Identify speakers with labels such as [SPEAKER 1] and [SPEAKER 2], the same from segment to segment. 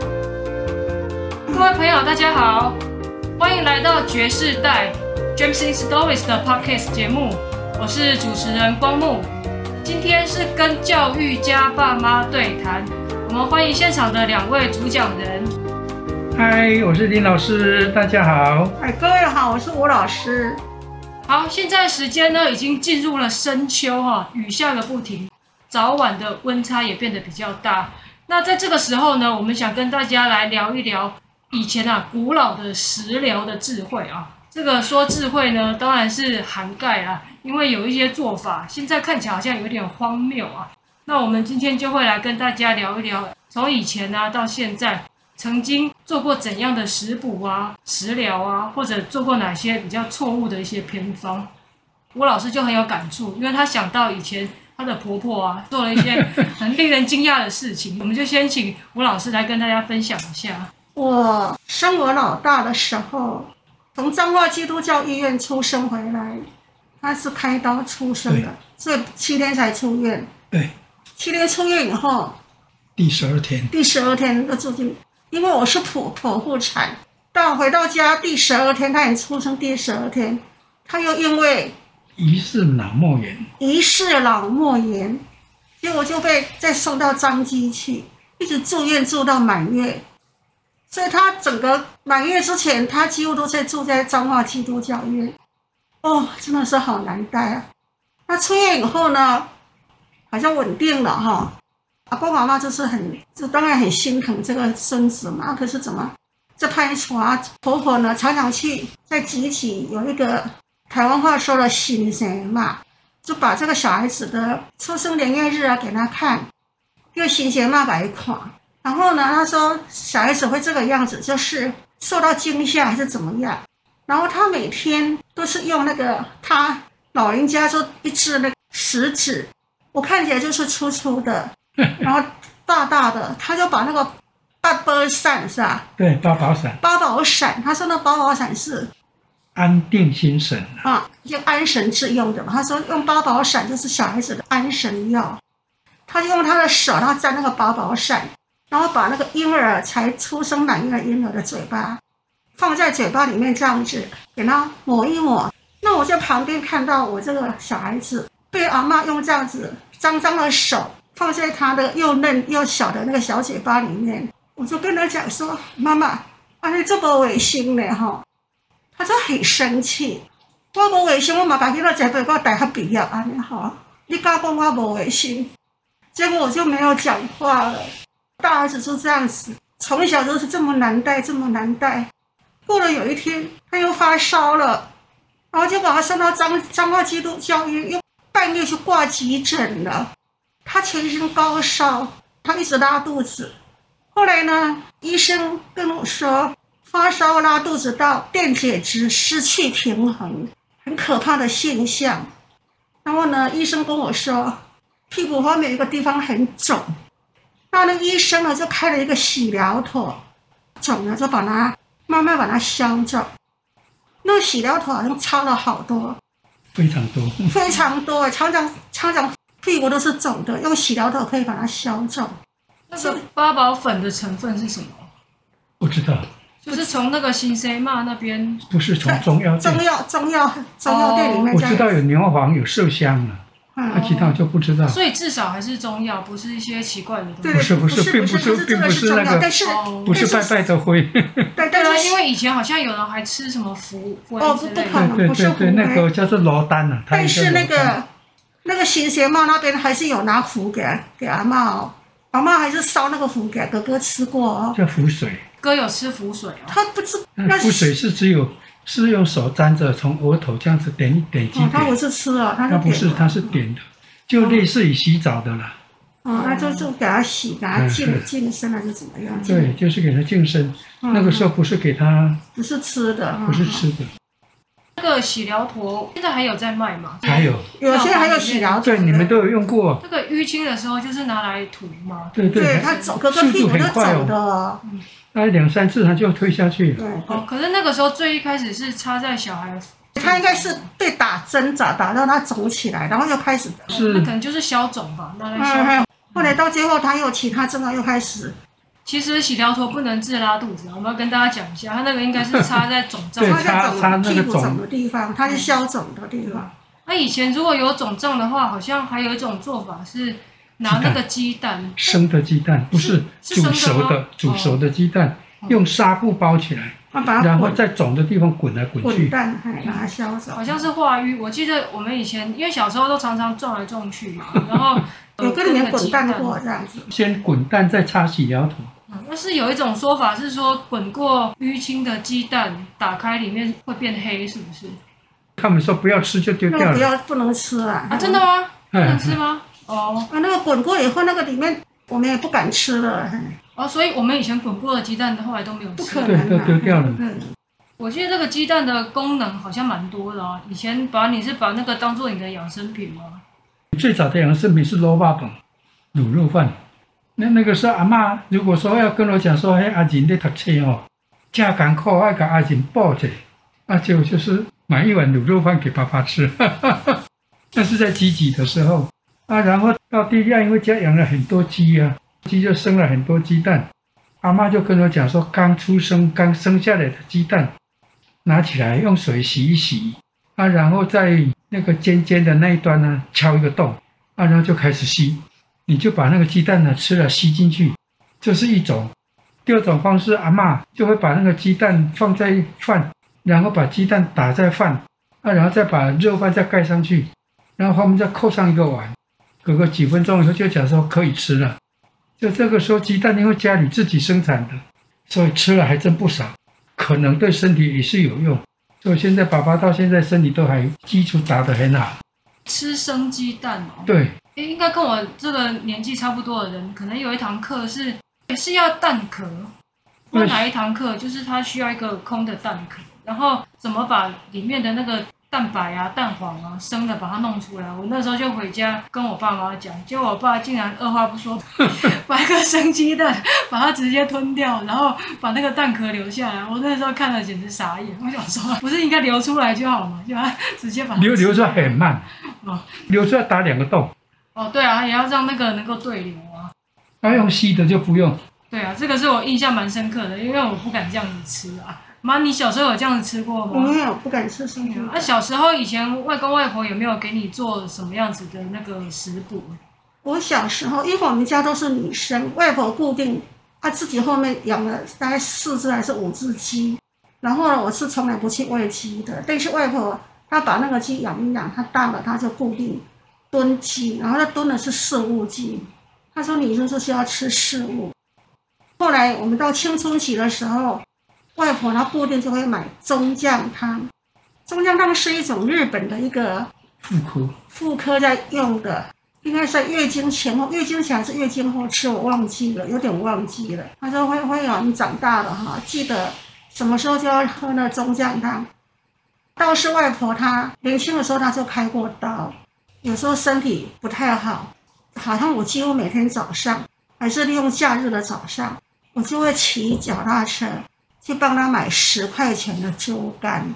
[SPEAKER 1] 各位朋友，大家好，欢迎来到爵士代 James in Stories 的 Podcast 节目，我是主持人光木。今天是跟教育家爸妈对谈，我们欢迎现场的两位主讲人。
[SPEAKER 2] 嗨，我是林老师，大家好。
[SPEAKER 3] 哎，各位好，我是吴老师。
[SPEAKER 1] 好，现在时间呢已经进入了深秋哈、雨下个不停，早晚的温差也变得比较大。那在这个时候呢，我们想跟大家来聊一聊以前啊古老的食疗的智慧啊。这个说智慧呢，当然是涵盖啦，因为有一些做法现在看起来好像有点荒谬啊。那我们今天就会来跟大家聊一聊，从以前啊到现在，曾经做过怎样的食补啊、食疗啊，或者做过哪些比较错误的一些偏方。吴老师就很有感触，因为他想到以前他的婆婆啊做了一些很令人惊讶的事情。我们就先请吴老师来跟大家分享一下。
[SPEAKER 3] 我生我老大的时候，从彰化基督教医院出生回来，他是开刀出生的，所以七天才出院。
[SPEAKER 2] 对，
[SPEAKER 3] 七天出院以后，
[SPEAKER 2] 第十二天，
[SPEAKER 3] 第十二天就住进，因为我是剖剖腹产，到回到家第十二天，他也出生第十二天，他又因为
[SPEAKER 2] 疑似脑膜炎，
[SPEAKER 3] 疑似脑膜炎，结果就被再送到张基去，一直住院住到满月。所以他整个满月之前，他几乎都在住在彰化基督教医院。哦，真的是好难待啊！那出院以后呢，好像稳定了哈。阿公阿妈就是很，就当然很心疼这个孙子嘛。啊可是怎么这派出啊？婆婆呢，常常去在集体有一个台湾话说了“新生嘛”，就把这个小孩子的出生年月日啊给他看，又新鲜嘛把一看。然后呢，他说小孩子会这个样子，就是受到惊吓还是怎么样。然后他每天都是用那个他老人家就一只那个食指，我看起来就是粗粗的，然后大大的，他就把那个八宝伞是吧？
[SPEAKER 2] 对，八宝散，
[SPEAKER 3] 八宝伞，他说那八宝伞是
[SPEAKER 2] 安定心神。
[SPEAKER 3] 啊，就安神治用的嘛。他说用八宝散就是小孩子的安神药，他就用他的手，他沾那个八宝散，然后把那个婴儿才出生满月的婴儿的嘴巴放在嘴巴里面这样子给他抹一抹。那我在旁边看到我这个小孩子被阿妈用这样子脏脏的手放在他的又嫩又小的那个小嘴巴里面，我就跟他讲说：“妈妈，啊你这么违心呢哈！”他就很生气，我无卫生，我嘛把囡仔才辈我大学毕业安尼吼，你敢讲我无卫生？结果我就没有讲话了。大儿子就这样子，从小就是这么难带，这么难带。过了有一天，他又发烧了，哦然后就把他送到彰彰化基督教医院，又半夜去挂急诊了。他全身高烧，他一直拉肚子。后来呢，医生跟我说，发烧拉肚子到电解质失去平衡，很可怕的现象。然后呢，医生跟我说，屁股后面有一个地方很肿，那那医生呢就开了一个洗疗头，肿了就把它慢慢把它消肿。那洗疗头好像差了好多，
[SPEAKER 2] 非常多，
[SPEAKER 3] 非常多，常常常常屁股都是肿的，用洗疗头可以把它消肿。
[SPEAKER 1] 那个八宝粉的成分是什么？
[SPEAKER 2] 不知道，
[SPEAKER 1] 就是从那个新生嘛那边
[SPEAKER 2] 不是从中药店
[SPEAKER 3] 中，药中药中药店里
[SPEAKER 2] 哦
[SPEAKER 3] 面
[SPEAKER 2] 我
[SPEAKER 3] 这
[SPEAKER 2] 知
[SPEAKER 3] 样，
[SPEAKER 2] 道有牛黄，有麝香了，那
[SPEAKER 3] 嗯，
[SPEAKER 2] 其他我就不知道。
[SPEAKER 1] 所以至少还是中药，不是一些奇怪的东
[SPEAKER 3] 对
[SPEAKER 1] 西。
[SPEAKER 2] 不是
[SPEAKER 3] 对，
[SPEAKER 2] 不是并
[SPEAKER 3] 不
[SPEAKER 2] 不是
[SPEAKER 3] 是这
[SPEAKER 2] 并不
[SPEAKER 3] 个
[SPEAKER 2] 是
[SPEAKER 3] 中
[SPEAKER 2] 那
[SPEAKER 3] 药
[SPEAKER 2] 个，
[SPEAKER 3] 但是
[SPEAKER 1] 哦
[SPEAKER 2] 不是拜拜的灰，
[SPEAKER 3] 对，
[SPEAKER 1] 对
[SPEAKER 3] 但
[SPEAKER 1] 啊，
[SPEAKER 3] 是
[SPEAKER 1] 因为以前好像有人还吃什么茯
[SPEAKER 3] 哦
[SPEAKER 1] 苓
[SPEAKER 3] 不
[SPEAKER 1] 之类
[SPEAKER 3] 不可
[SPEAKER 1] 的，
[SPEAKER 2] 对对
[SPEAKER 3] 能不是
[SPEAKER 2] 对对，
[SPEAKER 3] 胡
[SPEAKER 2] 那
[SPEAKER 3] 苓
[SPEAKER 2] 个叫做罗丹啊。它
[SPEAKER 3] 但是
[SPEAKER 2] 叫
[SPEAKER 3] 那
[SPEAKER 2] 罗丹
[SPEAKER 3] 个那个新学帽那边还是有拿符给给阿妈哦，阿妈还是烧那个符给哥哥吃过哦。
[SPEAKER 2] 叫符水，
[SPEAKER 1] 哥有吃符水哦。
[SPEAKER 3] 他不知
[SPEAKER 2] 那
[SPEAKER 3] 那哦
[SPEAKER 2] 符嗯水是只有是用手沾着，从额头这样子点一点几
[SPEAKER 3] 哦，他不
[SPEAKER 2] 点，
[SPEAKER 3] 是吃了，他
[SPEAKER 2] 那
[SPEAKER 3] 就
[SPEAKER 2] 不是，
[SPEAKER 3] 点了
[SPEAKER 2] 它是点的，就类似于洗澡的啦。
[SPEAKER 3] 哦，那就就给他洗，给他
[SPEAKER 2] 嗯
[SPEAKER 3] 净
[SPEAKER 2] 嗯
[SPEAKER 3] 净身还是怎么样？
[SPEAKER 2] 对，就是给他净身。
[SPEAKER 3] 嗯
[SPEAKER 2] 那个时候不是给他，
[SPEAKER 3] 不是吃的，
[SPEAKER 2] 不是
[SPEAKER 3] 嗯。
[SPEAKER 2] 吃的。
[SPEAKER 1] 那个洗疗陀现在还有在卖吗？
[SPEAKER 2] 还有，
[SPEAKER 3] 有些还有洗疗
[SPEAKER 2] 对，你们都有用过，
[SPEAKER 1] 那个淤青的时候就是拿来涂嘛。
[SPEAKER 2] 对
[SPEAKER 3] 对
[SPEAKER 2] 对，
[SPEAKER 3] 他走哥哥屁
[SPEAKER 2] 速
[SPEAKER 3] 股
[SPEAKER 2] 度
[SPEAKER 3] 就
[SPEAKER 2] 很快哦
[SPEAKER 3] 走的哦，
[SPEAKER 2] 大概两三次他就推下去了。
[SPEAKER 3] 对，
[SPEAKER 1] 哦，可是那个时候最一开始是插在小孩，
[SPEAKER 3] 他应该是被打针打打到他肿起来，然后又开始
[SPEAKER 2] 是
[SPEAKER 1] 那可能就是消肿吧，拿来消
[SPEAKER 3] 嗯，
[SPEAKER 1] 肿。
[SPEAKER 3] 嗯后来到最后他又其他症状又开始，
[SPEAKER 1] 其实洗疗头不能治拉肚子啊，我们要跟大家讲一下，它那个应该是插在肿 胀
[SPEAKER 2] 对
[SPEAKER 3] 他在
[SPEAKER 2] 插插
[SPEAKER 3] 肿
[SPEAKER 2] 那
[SPEAKER 3] 屁
[SPEAKER 2] 个嗯
[SPEAKER 3] 股
[SPEAKER 2] 肿
[SPEAKER 3] 肿的地方，他是消肿的地方。
[SPEAKER 1] 那以前如果有肿胀的话，好像还有一种做法是拿那个鸡 蛋，
[SPEAKER 2] 生的鸡蛋不是
[SPEAKER 1] 是
[SPEAKER 2] 煮
[SPEAKER 1] 生的
[SPEAKER 2] 熟
[SPEAKER 1] 吗
[SPEAKER 2] 的，煮
[SPEAKER 1] 哦
[SPEAKER 2] 熟的鸡蛋用纱布包起来，
[SPEAKER 3] 啊，把它
[SPEAKER 2] 然后
[SPEAKER 3] 滚
[SPEAKER 2] 在肿的地方滚来滚
[SPEAKER 3] 滚
[SPEAKER 2] 去。
[SPEAKER 3] 蛋，哎，把它消肿
[SPEAKER 1] 好。像是化瘀。我记得我们以前因为小时候都常常撞来撞去嘛，然后呃
[SPEAKER 3] 有跟你们
[SPEAKER 1] 个
[SPEAKER 3] 滚
[SPEAKER 1] 鸡
[SPEAKER 3] 蛋过这样子，
[SPEAKER 2] 先滚蛋，再擦洗疗头。
[SPEAKER 1] 嗯但是有一种说法是说，滚过淤青的鸡蛋打开里面会变黑，是不是？
[SPEAKER 2] 他们说不要吃就丢
[SPEAKER 3] 那
[SPEAKER 2] 掉
[SPEAKER 3] 个不
[SPEAKER 2] 了。
[SPEAKER 3] 要不能吃啊
[SPEAKER 1] 啊，真的吗？不能
[SPEAKER 2] 哎，
[SPEAKER 1] 吃吗？哦
[SPEAKER 3] 啊，那个滚过以后，那个里面我们也不敢吃了，哎嘿
[SPEAKER 1] 哦，所以我们以前滚过的鸡蛋后来都没有
[SPEAKER 3] 不
[SPEAKER 1] 吃
[SPEAKER 3] 可。能
[SPEAKER 2] 对
[SPEAKER 3] 的
[SPEAKER 2] 都丢掉了
[SPEAKER 3] 对
[SPEAKER 1] 我记得这个鸡蛋的功能好像蛮多的啊。以前把你是把那个当做你的养生品吗？
[SPEAKER 2] 最早的养生品是萝卜本，卤肉饭。那那个时候阿妈如果说要跟我讲说，哎，阿锦在读册哦，家艰苦，要给阿锦抱着，那就就是买一碗卤肉饭给爸爸吃。 那是在几几的时候啊，然后到地下，因为家养了很多鸡啊，鸡就生了很多鸡蛋。阿妈就跟我讲说，刚出生刚生下来的鸡蛋，拿起来用水洗一洗，啊，然后在那个尖尖的那一端呢敲一个洞，啊，然后就开始吸，你就把那个鸡蛋呢吃了吸进去，这是一种。第二种方式，阿嬷就会把那个鸡蛋放在饭，然后把鸡蛋打在饭，啊，然后再把肉饭再盖上去，然后后面再扣上一个碗，隔个几分钟以后就讲说可以吃了。就这个时候，鸡蛋因为家里自己生产的，所以吃了还真不少，可能对身体也是有用。所以现在爸爸到现在身体都还基础打得很好。
[SPEAKER 1] 吃生鸡蛋哦。
[SPEAKER 2] 对，
[SPEAKER 1] 诶应该跟我这个年纪差不多的人，可能有一堂课是是要蛋壳，不知道哪一堂课就是它需要一个空的蛋壳，然后怎么把里面的那个蛋白啊、蛋黄啊生的把它弄出来。我那时候就回家跟我爸妈讲，结果我爸竟然二话不说 把一个生鸡蛋把它直接吞掉，然后把那个蛋壳留下来。我那时候看了简直傻眼，我想说不是应该流出来就好吗？就他直接把它
[SPEAKER 2] 流
[SPEAKER 1] 吃
[SPEAKER 2] 流出来很慢
[SPEAKER 1] 哦，
[SPEAKER 2] 流出来打两个洞，
[SPEAKER 1] 哦，对啊，也要让那个能够对流啊。
[SPEAKER 2] 要用吸的就不用。
[SPEAKER 1] 对啊，这个是我印象蛮深刻的，因为我不敢这样子吃啊。妈，你小时候有这样子吃过
[SPEAKER 3] 我
[SPEAKER 1] 吗？
[SPEAKER 3] 没有不敢吃生鸡
[SPEAKER 1] 那、啊、小时候以前外公外婆有没有给你做什么样子的那个食补？
[SPEAKER 3] 我小时候，因为我们家都是女生，外婆固定，她自己后面养了大概四只还是五只鸡，然后呢，我是从来不去喂鸡的，但是外婆她把那个鸡养一养，她大了她就固定炖鸡，然后她炖的是四物鸡，她说女生就是要吃四物。后来我们到青春期的时候，外婆她固定就会买中酱汤，中酱汤是一种日本的一个
[SPEAKER 2] 妇科
[SPEAKER 3] 妇科在用的，应该是月经前后，月经前还是月经后吃，我忘记了，有点忘记了。他说会会啊，你长大了哈，记得什么时候就要喝那中酱汤。倒是外婆她年轻的时候她就开过刀，有时候身体不太好，好像我几乎每天早上，还是利用假日的早上，我就会骑脚踏车去帮她买十块钱的猪肝。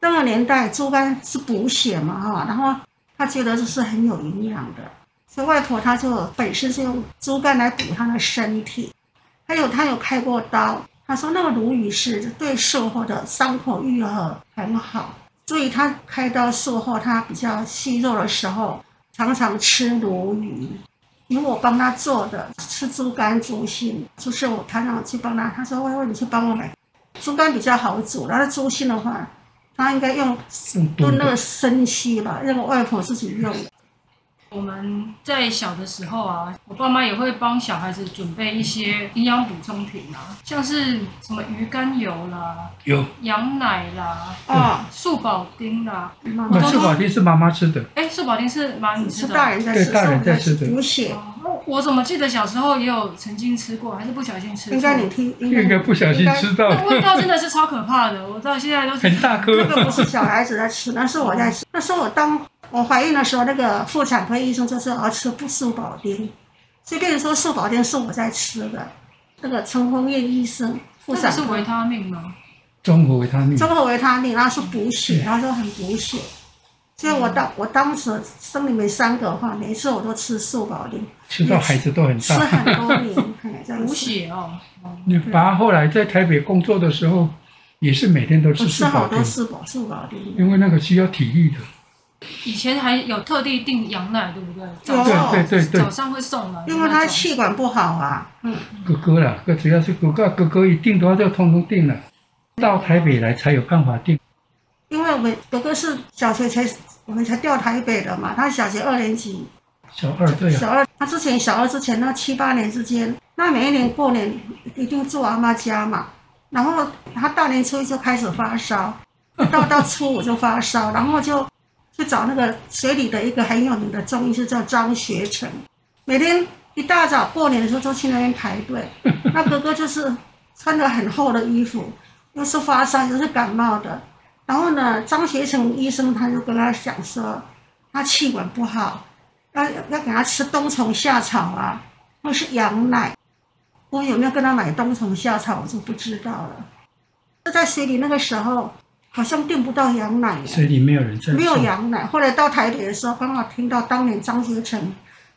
[SPEAKER 3] 那个年代猪肝是补血嘛哈，然后他觉得这是很有营养的，所以外婆她就本身是用猪肝来补她的身体，还有她有开过刀，她说那个鲈鱼是对术后的伤口愈合很好，所以她开刀术后她比较虚弱的时候，常常吃鲈鱼，因为我帮她做的吃猪肝猪心，就是我常常去帮她，她说外外你去帮我买猪肝比较好煮，然后猪心的话，她应该用
[SPEAKER 2] 用
[SPEAKER 3] 炖
[SPEAKER 2] 炖
[SPEAKER 3] 那个
[SPEAKER 2] 的，
[SPEAKER 3] 生吸吧，让我外婆自己用。
[SPEAKER 1] 我们在小的时候啊，我爸妈也会帮小孩子准备一些营养补充品啊，像是什么鱼肝油啦、
[SPEAKER 2] 有。
[SPEAKER 1] 羊奶啦、
[SPEAKER 3] 哦，
[SPEAKER 1] 素宝丁啦。
[SPEAKER 3] 妈
[SPEAKER 2] 嗯那
[SPEAKER 3] 妈
[SPEAKER 1] 我
[SPEAKER 2] 是
[SPEAKER 1] 都
[SPEAKER 2] 保定是妈妈吃的，
[SPEAKER 1] 哎，素宝丁是妈你吃
[SPEAKER 3] 是
[SPEAKER 1] 的
[SPEAKER 3] 大
[SPEAKER 1] 啊？
[SPEAKER 3] 人在
[SPEAKER 2] 对
[SPEAKER 3] 吃，
[SPEAKER 2] 嗯大人在吃的
[SPEAKER 3] 补血，
[SPEAKER 1] 哦我怎么记得小时候也有曾经吃过，还是不小心吃
[SPEAKER 3] 应
[SPEAKER 1] 错
[SPEAKER 3] 该？你听，
[SPEAKER 2] 应该不小心吃 到
[SPEAKER 1] 那味道真的是超可怕的，我到现在都是
[SPEAKER 2] 很大
[SPEAKER 3] 那个不
[SPEAKER 2] 颗。
[SPEAKER 3] 是小孩子在吃，那是我在吃。那时候我当我怀孕的时候，那个妇产科医生就说我要吃不素保丁，所以变成说素保丁是我在吃的。那个陈红艳医生
[SPEAKER 1] 那
[SPEAKER 3] 妇
[SPEAKER 1] 个
[SPEAKER 3] 产
[SPEAKER 1] 是维
[SPEAKER 2] 嗯
[SPEAKER 3] 科，
[SPEAKER 1] 他命吗？
[SPEAKER 2] 综合维他命，
[SPEAKER 3] 综合维他命，然后是补血，然后就很补血。所以我当我当时生里面三个的话，每一次我都吃素保龄，
[SPEAKER 2] 吃到孩子都很
[SPEAKER 3] 吃
[SPEAKER 2] 大。
[SPEAKER 3] 很多年，哎这样
[SPEAKER 1] 补
[SPEAKER 3] 子
[SPEAKER 1] 血哦。哦
[SPEAKER 2] 你爸后来在台北工作的时候，也是每天都
[SPEAKER 3] 我
[SPEAKER 2] 吃素
[SPEAKER 3] 吃好
[SPEAKER 2] 保
[SPEAKER 3] 多
[SPEAKER 2] 定，
[SPEAKER 3] 素保素保龄，
[SPEAKER 2] 因为那个需要体力的。
[SPEAKER 1] 以前还有特地订羊奶，对不对？早
[SPEAKER 3] 有
[SPEAKER 1] 上
[SPEAKER 2] 对对对
[SPEAKER 1] 早
[SPEAKER 2] 对，
[SPEAKER 1] 上会送来的那种，
[SPEAKER 3] 因为他气管不好啊，嗯，
[SPEAKER 2] 哥哥啦，哥只要是哥哥，哥哥一定都要就通通定了，到台北来才有办法定。
[SPEAKER 3] 因为我们哥哥是小学才我们才调台北的嘛，他小学二年级，
[SPEAKER 2] 小二对啊，
[SPEAKER 3] 小二，他之前小二之前那七八年之间，那每一年过年一定住阿妈家嘛。然后他大年初一就开始发烧，到到初五就发烧，然后就就找那个水里的一个很有名的中医师叫张学成，每天一大早过年的时候都去那边排队。那哥哥就是穿着很厚的衣服，又是发烧又是感冒的。然后呢，张学成医生他就跟他讲说，他气管不好，要要给他吃冬虫夏草啊，或是羊奶。我有没有跟他买冬虫夏草，我就不知道了。就在水里那个时候，好像订不到羊奶啊耶，
[SPEAKER 2] 水里没有人在
[SPEAKER 3] 没有
[SPEAKER 2] 送
[SPEAKER 3] 羊奶。后来到台北的时候，刚好听到当年张学成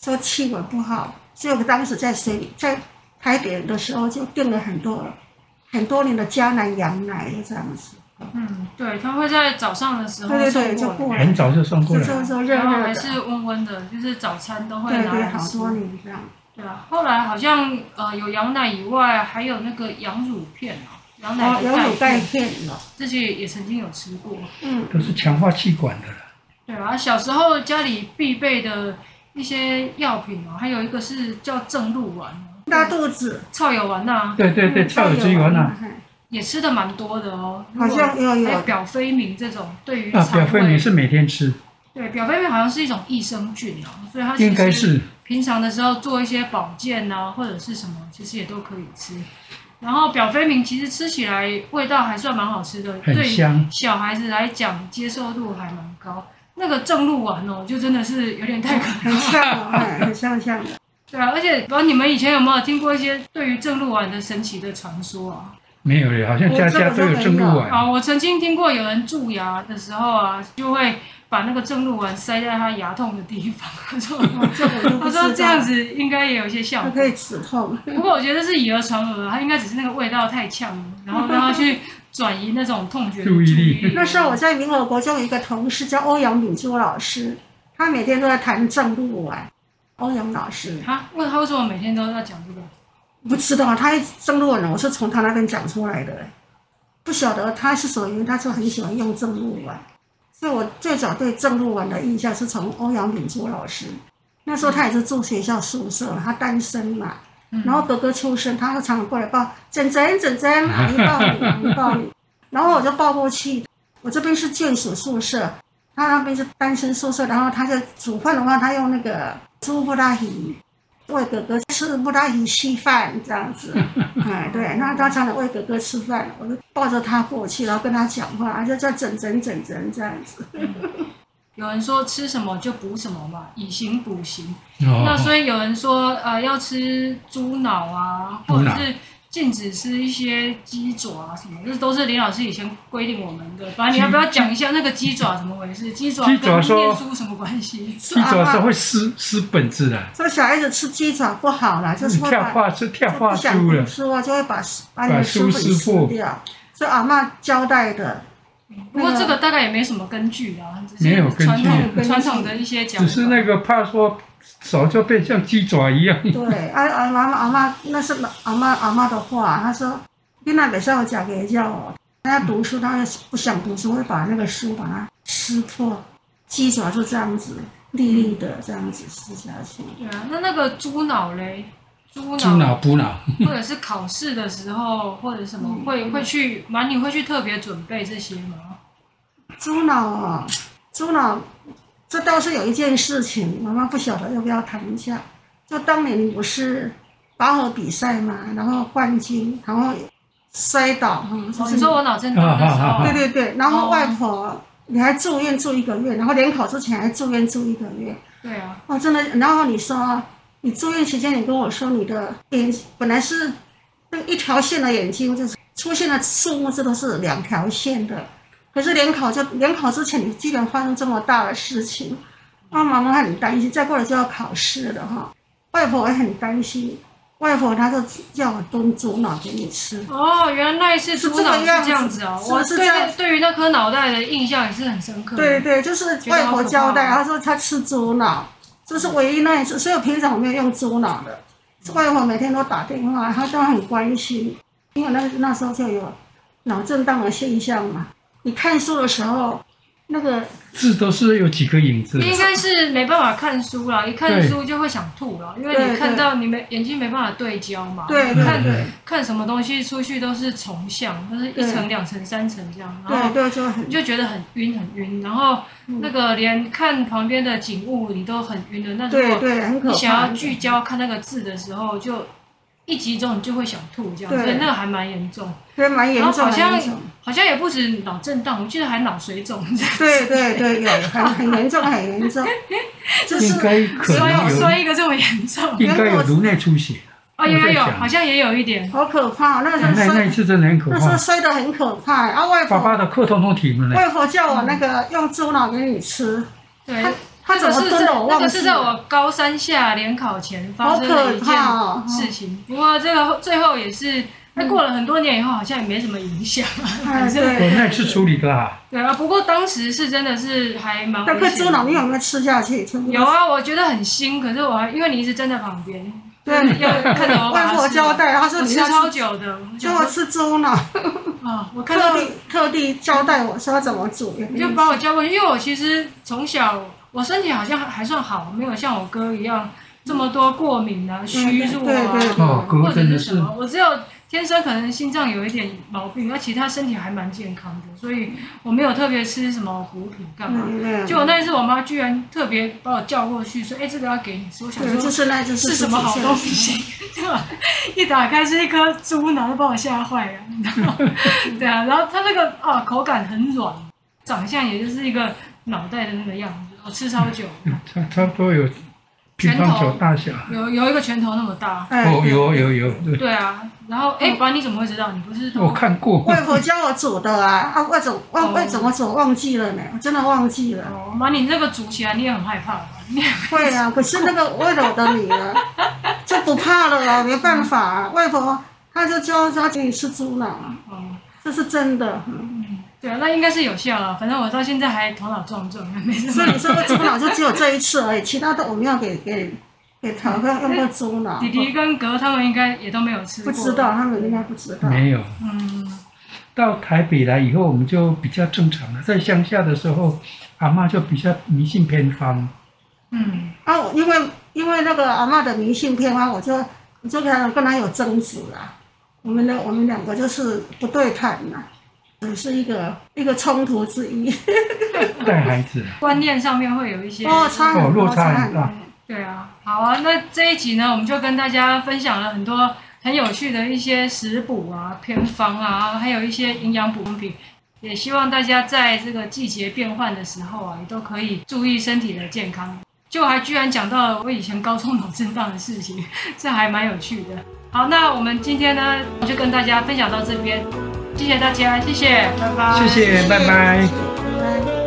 [SPEAKER 3] 说气管不好，所以我当时在水里，在台北的时候就订了很多很多年的迦南羊奶，就这样子。
[SPEAKER 1] 嗯，对，他会在早上的时候
[SPEAKER 3] 对对对，就
[SPEAKER 1] 送过
[SPEAKER 3] 过
[SPEAKER 1] 来，
[SPEAKER 3] 来
[SPEAKER 2] 很，早就送过
[SPEAKER 3] 就
[SPEAKER 2] 来
[SPEAKER 3] 就就热
[SPEAKER 1] 然后
[SPEAKER 3] 热
[SPEAKER 1] 还
[SPEAKER 3] 的，
[SPEAKER 1] 是温温的，就是早餐都会
[SPEAKER 3] 对
[SPEAKER 1] 拿
[SPEAKER 3] 对，
[SPEAKER 1] 来
[SPEAKER 3] 好
[SPEAKER 1] 吃。
[SPEAKER 3] 多年这样。
[SPEAKER 1] 对啊，后来好像呃有羊奶以外，还有那个羊乳片啊，羊奶
[SPEAKER 3] 哦，
[SPEAKER 1] 的
[SPEAKER 3] 有乳钙
[SPEAKER 1] 片，
[SPEAKER 3] 片了，
[SPEAKER 1] 这些也曾经有吃过。
[SPEAKER 3] 嗯，
[SPEAKER 2] 都是强化气管的了。
[SPEAKER 1] 对啊，小时候家里必备的一些药品啊，还有一个是叫正露丸啊，
[SPEAKER 3] 大肚子，
[SPEAKER 1] 草油丸呐、
[SPEAKER 2] 对对对，
[SPEAKER 3] 嗯
[SPEAKER 2] 跳有之源啊，，
[SPEAKER 3] 嘿
[SPEAKER 1] 也吃的蛮多的哦。
[SPEAKER 3] 好
[SPEAKER 1] 如
[SPEAKER 3] 像有
[SPEAKER 1] 果还有
[SPEAKER 3] 有，
[SPEAKER 1] 表飞明这种，对于
[SPEAKER 2] 啊，
[SPEAKER 1] 肠
[SPEAKER 2] 表
[SPEAKER 1] 胃，
[SPEAKER 2] 飞你是每天吃，
[SPEAKER 1] 对表飞明好像是一种益生菌啊，所以它其实
[SPEAKER 2] 应该是
[SPEAKER 1] 平常的时候做一些保健啊，或者是什么，其实也都可以吃。然后表飞明其实吃起来味道还算蛮好吃的，
[SPEAKER 2] 很
[SPEAKER 1] 对
[SPEAKER 2] 香。
[SPEAKER 1] 小孩子来讲接受度还蛮高。那个正露丸哦，就真的是有点太可怕
[SPEAKER 3] 很像哦，嘿很像像的。
[SPEAKER 1] 对啊，而且不知道你们以前有没有听过一些对于正露丸的神奇的传说啊？
[SPEAKER 2] 没有嘞，好像家家都有正露丸，
[SPEAKER 1] 啊，我曾经听过有人蛀牙的时候啊，就会把那个正露丸塞在他牙痛的地方。 他说，
[SPEAKER 3] 哦这 我就不
[SPEAKER 1] 他
[SPEAKER 3] 知道
[SPEAKER 1] 说这样子应该也有一些效
[SPEAKER 3] 它
[SPEAKER 1] 果。
[SPEAKER 3] 可以止痛，
[SPEAKER 1] 不过我觉得是以讹传讹，啊他应该只是那个味道太呛了，然后让他去转移那种痛觉的
[SPEAKER 2] 注意力
[SPEAKER 3] 那时候我在民和国中有一个同事叫欧阳敏珠老师，他每天都在谈正路丸。欧阳老师
[SPEAKER 1] 他问啊他为什么每天都要讲这个？
[SPEAKER 3] 不知道，他一正路丸我是从他那边讲出来的，不晓得他是什么原因，他就很喜欢用正路丸。所以我最早对正路丸的印象是从欧阳敏珠老师，那时候他也是住学校宿舍，他单身嘛，
[SPEAKER 1] 嗯
[SPEAKER 3] 然后哥哥出生，他就常常过来抱珍珍珍珍，阿姨抱你，阿姨抱你， 然后我就抱过去。我这边是眷属宿舍，他那边是单身宿舍，然后他就煮饭的话，他用那个猪布拉鱼喂哥哥吃布拉鱼稀饭这 样子，哎、对，那他常常喂哥哥吃饭，我就抱着他过去，然后跟他讲话，啊就叫整整整整这样子。
[SPEAKER 1] 有人说吃什么就补什么嘛，以形补形。那
[SPEAKER 2] 哦，
[SPEAKER 1] 所以有人说，呃，要吃猪脑啊，
[SPEAKER 2] 猪
[SPEAKER 1] 或者
[SPEAKER 2] 脑
[SPEAKER 1] 是禁止吃一些鸡爪啊什么，这都是林老师以前规定我们的。反正你
[SPEAKER 2] 鸡
[SPEAKER 1] 要不要讲一下那个鸡爪怎么回事？鸡爪
[SPEAKER 2] 鸡
[SPEAKER 1] 跟
[SPEAKER 2] 爪
[SPEAKER 1] 念
[SPEAKER 2] 说
[SPEAKER 1] 书什么关系？
[SPEAKER 2] 记住的时候会撕撕本子的，
[SPEAKER 3] 说小孩子吃鸡爪不好啦，就是会
[SPEAKER 2] 跳
[SPEAKER 3] 把
[SPEAKER 2] 画是嗯跳
[SPEAKER 3] 就不
[SPEAKER 2] 画
[SPEAKER 3] 想
[SPEAKER 2] 书
[SPEAKER 3] 读
[SPEAKER 2] 了，
[SPEAKER 3] 书啊，就会把把你的
[SPEAKER 2] 把
[SPEAKER 3] 书
[SPEAKER 2] 书
[SPEAKER 3] 本
[SPEAKER 2] 撕
[SPEAKER 3] 撕
[SPEAKER 2] 破
[SPEAKER 3] 掉。这阿嬷交代的，
[SPEAKER 1] 不过这个大概也没什么根据啊，只
[SPEAKER 2] 没有
[SPEAKER 1] 是
[SPEAKER 2] 根据
[SPEAKER 1] 传
[SPEAKER 2] 没有
[SPEAKER 1] 统
[SPEAKER 3] 根据
[SPEAKER 1] 传统的一些讲法。
[SPEAKER 2] 只是那个怕说手就变像鸡爪一样。
[SPEAKER 3] 对，啊啊阿妈阿妈那是阿妈阿妈的话，她说你那别上讲给叫哦，她要读书，她要是不想读书，会把那个书把它撕破，鸡爪就这样子利利的这样子撕下去。
[SPEAKER 1] 对啊，那那个猪脑嘞，猪
[SPEAKER 2] 猪
[SPEAKER 1] 脑
[SPEAKER 2] 脑补脑，
[SPEAKER 1] 或者是考试的时候或者什
[SPEAKER 3] 嗯
[SPEAKER 1] 么会会去，满你会去特别准备这些吗？
[SPEAKER 3] 猪脑哦，猪脑，这倒是有一件事情，妈妈不晓得要不要谈一下。就当年不是拔河比赛嘛，然后冠军，然后摔倒，嗯，就
[SPEAKER 1] 哦，
[SPEAKER 3] 是
[SPEAKER 1] 你说我脑震荡的时
[SPEAKER 2] 啊啊
[SPEAKER 1] 候
[SPEAKER 2] 啊
[SPEAKER 3] 对，对对，然后外婆你还住院住一个月，然后联考之前还住院住一个月，
[SPEAKER 1] 对啊，
[SPEAKER 3] 哦，真的。然后你说你住院期间，你跟我说你的眼本来是那一条线的眼睛，就是出现了数目字都是两条线的，可是联考就联考之前，你基本发生这么大的事情，那妈妈很担心，再过来就要考试了哈。外婆也很担心，外婆她就叫我炖猪脑给你吃。
[SPEAKER 1] 哦，原来那一次
[SPEAKER 3] 是
[SPEAKER 1] 猪
[SPEAKER 3] 这个
[SPEAKER 1] 脑是
[SPEAKER 3] 样
[SPEAKER 1] 这样
[SPEAKER 3] 子
[SPEAKER 1] 子哦，
[SPEAKER 3] 是
[SPEAKER 1] 我
[SPEAKER 3] 是
[SPEAKER 1] 对
[SPEAKER 3] 这样
[SPEAKER 1] 那对于那颗脑袋的印象也是很深刻的。
[SPEAKER 3] 对对，就是
[SPEAKER 1] 觉得
[SPEAKER 3] 外
[SPEAKER 1] 好
[SPEAKER 3] 婆
[SPEAKER 1] 可
[SPEAKER 3] 交
[SPEAKER 1] 怕
[SPEAKER 3] 代，
[SPEAKER 1] 哦
[SPEAKER 3] 她说她吃猪脑，这是唯一那一次，所以我平常我没有用猪脑的。外婆每天都打电话，她都很关心，因为那那时候就有脑震荡的现象嘛。你看书的时候，那个
[SPEAKER 2] 字都是有几个影子的，
[SPEAKER 1] 应该是没办法看书啦，一看
[SPEAKER 2] 对
[SPEAKER 1] 书就会想吐了，因
[SPEAKER 3] 对
[SPEAKER 1] 为你看到你没眼睛没办法对焦嘛。
[SPEAKER 2] 对
[SPEAKER 3] 对对
[SPEAKER 1] 看
[SPEAKER 2] 对
[SPEAKER 3] 对
[SPEAKER 1] 看什么东西出去都是重像，就是一层、
[SPEAKER 3] 对
[SPEAKER 1] 两层、三层这样，然
[SPEAKER 3] 对
[SPEAKER 1] 后
[SPEAKER 3] 对，就
[SPEAKER 1] 你
[SPEAKER 3] 很
[SPEAKER 1] 就觉得很晕很晕，然后那个连看旁边的景物你都很晕的。那如
[SPEAKER 3] 对
[SPEAKER 1] 果
[SPEAKER 3] 对，很可
[SPEAKER 1] 你
[SPEAKER 3] 怕。
[SPEAKER 1] 想要聚焦看那个字的时候，就一集中你就会想吐这样，
[SPEAKER 3] 对
[SPEAKER 1] 所以那个还蛮严重，
[SPEAKER 3] 对，蛮严
[SPEAKER 1] 然后
[SPEAKER 3] 重
[SPEAKER 1] 好
[SPEAKER 3] 的那
[SPEAKER 1] 像
[SPEAKER 3] 种。
[SPEAKER 1] 好像也不止脑震荡，我记得还脑水肿这样。
[SPEAKER 3] 对对对，有很很严重，很严 重，就
[SPEAKER 2] 应
[SPEAKER 3] 是
[SPEAKER 2] 该可能
[SPEAKER 1] 摔
[SPEAKER 2] 有，
[SPEAKER 1] 哦摔一个这么严重，
[SPEAKER 2] 应该有颅内出血。
[SPEAKER 1] 哦，有有
[SPEAKER 2] 我在
[SPEAKER 1] 有，
[SPEAKER 2] 想
[SPEAKER 1] 好像也有一点。
[SPEAKER 3] 好可怕。那时
[SPEAKER 2] 那
[SPEAKER 3] 候
[SPEAKER 2] 那一
[SPEAKER 3] 摔，
[SPEAKER 2] 次真的很可
[SPEAKER 3] 那时候
[SPEAKER 2] 怕，
[SPEAKER 3] 摔得很可怕。啊，外
[SPEAKER 2] 爸
[SPEAKER 3] 婆
[SPEAKER 2] 爸的课通通停了呢。
[SPEAKER 3] 外婆叫我那个用猪脑给你吃，
[SPEAKER 1] 对
[SPEAKER 3] 她，她怎
[SPEAKER 1] 这个是
[SPEAKER 3] 么炖
[SPEAKER 1] 在
[SPEAKER 3] 的我
[SPEAKER 1] 那
[SPEAKER 3] 忘
[SPEAKER 1] 个是
[SPEAKER 3] 记
[SPEAKER 1] 在
[SPEAKER 3] 了。
[SPEAKER 1] 我高三下联考前发生的一件
[SPEAKER 3] 好可怕哦
[SPEAKER 1] 事情。不过这个最后也是，那过了很多年以后，好像也没什么影响。啊
[SPEAKER 3] 哎，
[SPEAKER 2] 我
[SPEAKER 3] 对，
[SPEAKER 2] 那次处理的啊，
[SPEAKER 1] 对啊，不过当时是真的是还蛮
[SPEAKER 3] 那
[SPEAKER 1] 危
[SPEAKER 3] 颗
[SPEAKER 1] 险
[SPEAKER 3] 猪
[SPEAKER 1] 的
[SPEAKER 3] 脑你有没有吃下去？全部都
[SPEAKER 1] 有。啊，我觉得很腥，可是我还因为你一直站在旁边，
[SPEAKER 3] 对，
[SPEAKER 1] 要看着我把它
[SPEAKER 3] 外婆
[SPEAKER 1] 吃
[SPEAKER 3] 交
[SPEAKER 1] 完，
[SPEAKER 3] 代，她说
[SPEAKER 1] 我
[SPEAKER 3] 你
[SPEAKER 1] 吃
[SPEAKER 3] 要
[SPEAKER 1] 超
[SPEAKER 3] 吃，
[SPEAKER 1] 久的，我
[SPEAKER 3] 结
[SPEAKER 1] 想
[SPEAKER 3] 果
[SPEAKER 1] 说
[SPEAKER 3] 吃猪脑，
[SPEAKER 1] 啊，我看到
[SPEAKER 3] 特地特地交代我说怎么煮。
[SPEAKER 1] 你就把我叫过去，因为我其实从小我身体好像还还算好，没有像我哥一样这么多过敏啊、虚弱
[SPEAKER 3] 对
[SPEAKER 1] 啊，
[SPEAKER 3] 对
[SPEAKER 2] 哦，
[SPEAKER 3] 对，
[SPEAKER 2] 哥
[SPEAKER 1] 或者
[SPEAKER 2] 真的
[SPEAKER 1] 是什
[SPEAKER 2] 是
[SPEAKER 1] 么。我只有天生可能心脏有一点毛病，而其他身体还蛮健康的，所以我没有特别吃什么补品干嘛。
[SPEAKER 3] 嗯对
[SPEAKER 1] 结果那一次我妈居然特别把我叫过去说：“哎，这个要给你吃。”我想
[SPEAKER 3] 对，就
[SPEAKER 1] 说。
[SPEAKER 3] 是那，就是
[SPEAKER 1] 是什么好东西？ 对吧？一打开是一颗猪脑，就把我吓坏了。然 后，对啊，然后它那个啊口感很软，长相也就是一个脑袋的那个样子。我吃超 久，
[SPEAKER 2] 差差不多有乒乓球大小。
[SPEAKER 1] 有有一个拳头那么大。
[SPEAKER 3] 哎，
[SPEAKER 2] 哦，
[SPEAKER 3] 对
[SPEAKER 2] 有有有，对
[SPEAKER 1] 对啊，然后哎，爸，你怎么会知道？你不是
[SPEAKER 2] 我
[SPEAKER 1] 都
[SPEAKER 2] 看过。
[SPEAKER 3] 外婆教我煮的啊，啊，外怎忘外怎么煮忘记了呢？我真的忘记了。
[SPEAKER 1] 哦，妈，你这个煮起来你也很害怕吧？你 也
[SPEAKER 3] 会啊， 可是那个为了我的女儿就不怕了啦，没办法、啊，
[SPEAKER 1] 嗯
[SPEAKER 3] 外婆她就教她给你吃猪脑，
[SPEAKER 1] 哦，
[SPEAKER 3] 这是真的。嗯
[SPEAKER 1] 对啊，那应该是有效了。反正我到现在还头脑撞撞，没 什
[SPEAKER 3] 所
[SPEAKER 1] 么。
[SPEAKER 3] 以这个猪脑就只有这一次而已，其他的我没有给给给淘哥用过猪脑，
[SPEAKER 1] 弟弟跟格他们应该也都没有吃
[SPEAKER 3] 不
[SPEAKER 1] 过，
[SPEAKER 3] 知道他们应该不知道。
[SPEAKER 2] 没有，
[SPEAKER 1] 嗯。
[SPEAKER 2] 到台北来以后，我们就比较正常了。在乡下的时候，阿妈就比较迷信偏方，
[SPEAKER 1] 嗯
[SPEAKER 3] 啊，我因为因为那个阿嬷的迷信偏方，我就我就跟他跟他有争执啊。我们的我们两个就是不对谈呐、只是一个一个冲突之一。
[SPEAKER 2] 带孩子。
[SPEAKER 1] 观念上面会有一些
[SPEAKER 3] 哦，差
[SPEAKER 2] 哦
[SPEAKER 3] 很
[SPEAKER 2] 落
[SPEAKER 3] 多，
[SPEAKER 2] 差很
[SPEAKER 3] 很
[SPEAKER 2] 大
[SPEAKER 3] 多。
[SPEAKER 1] 对啊，好啊，那这一集呢，我们就跟大家分享了很多很有趣的一些食补啊、偏方啊，还有一些营养补充品，也希望大家在这个季节变换的时候啊，也都可以注意身体的健康。就还居然讲到了我以前高中脑震荡的事情，这还蛮有趣的。好，那我们今天呢就跟
[SPEAKER 2] 嗯
[SPEAKER 1] 大家分享到这边，谢谢大家，谢谢，拜拜，
[SPEAKER 2] 谢谢，拜拜。
[SPEAKER 3] 拜拜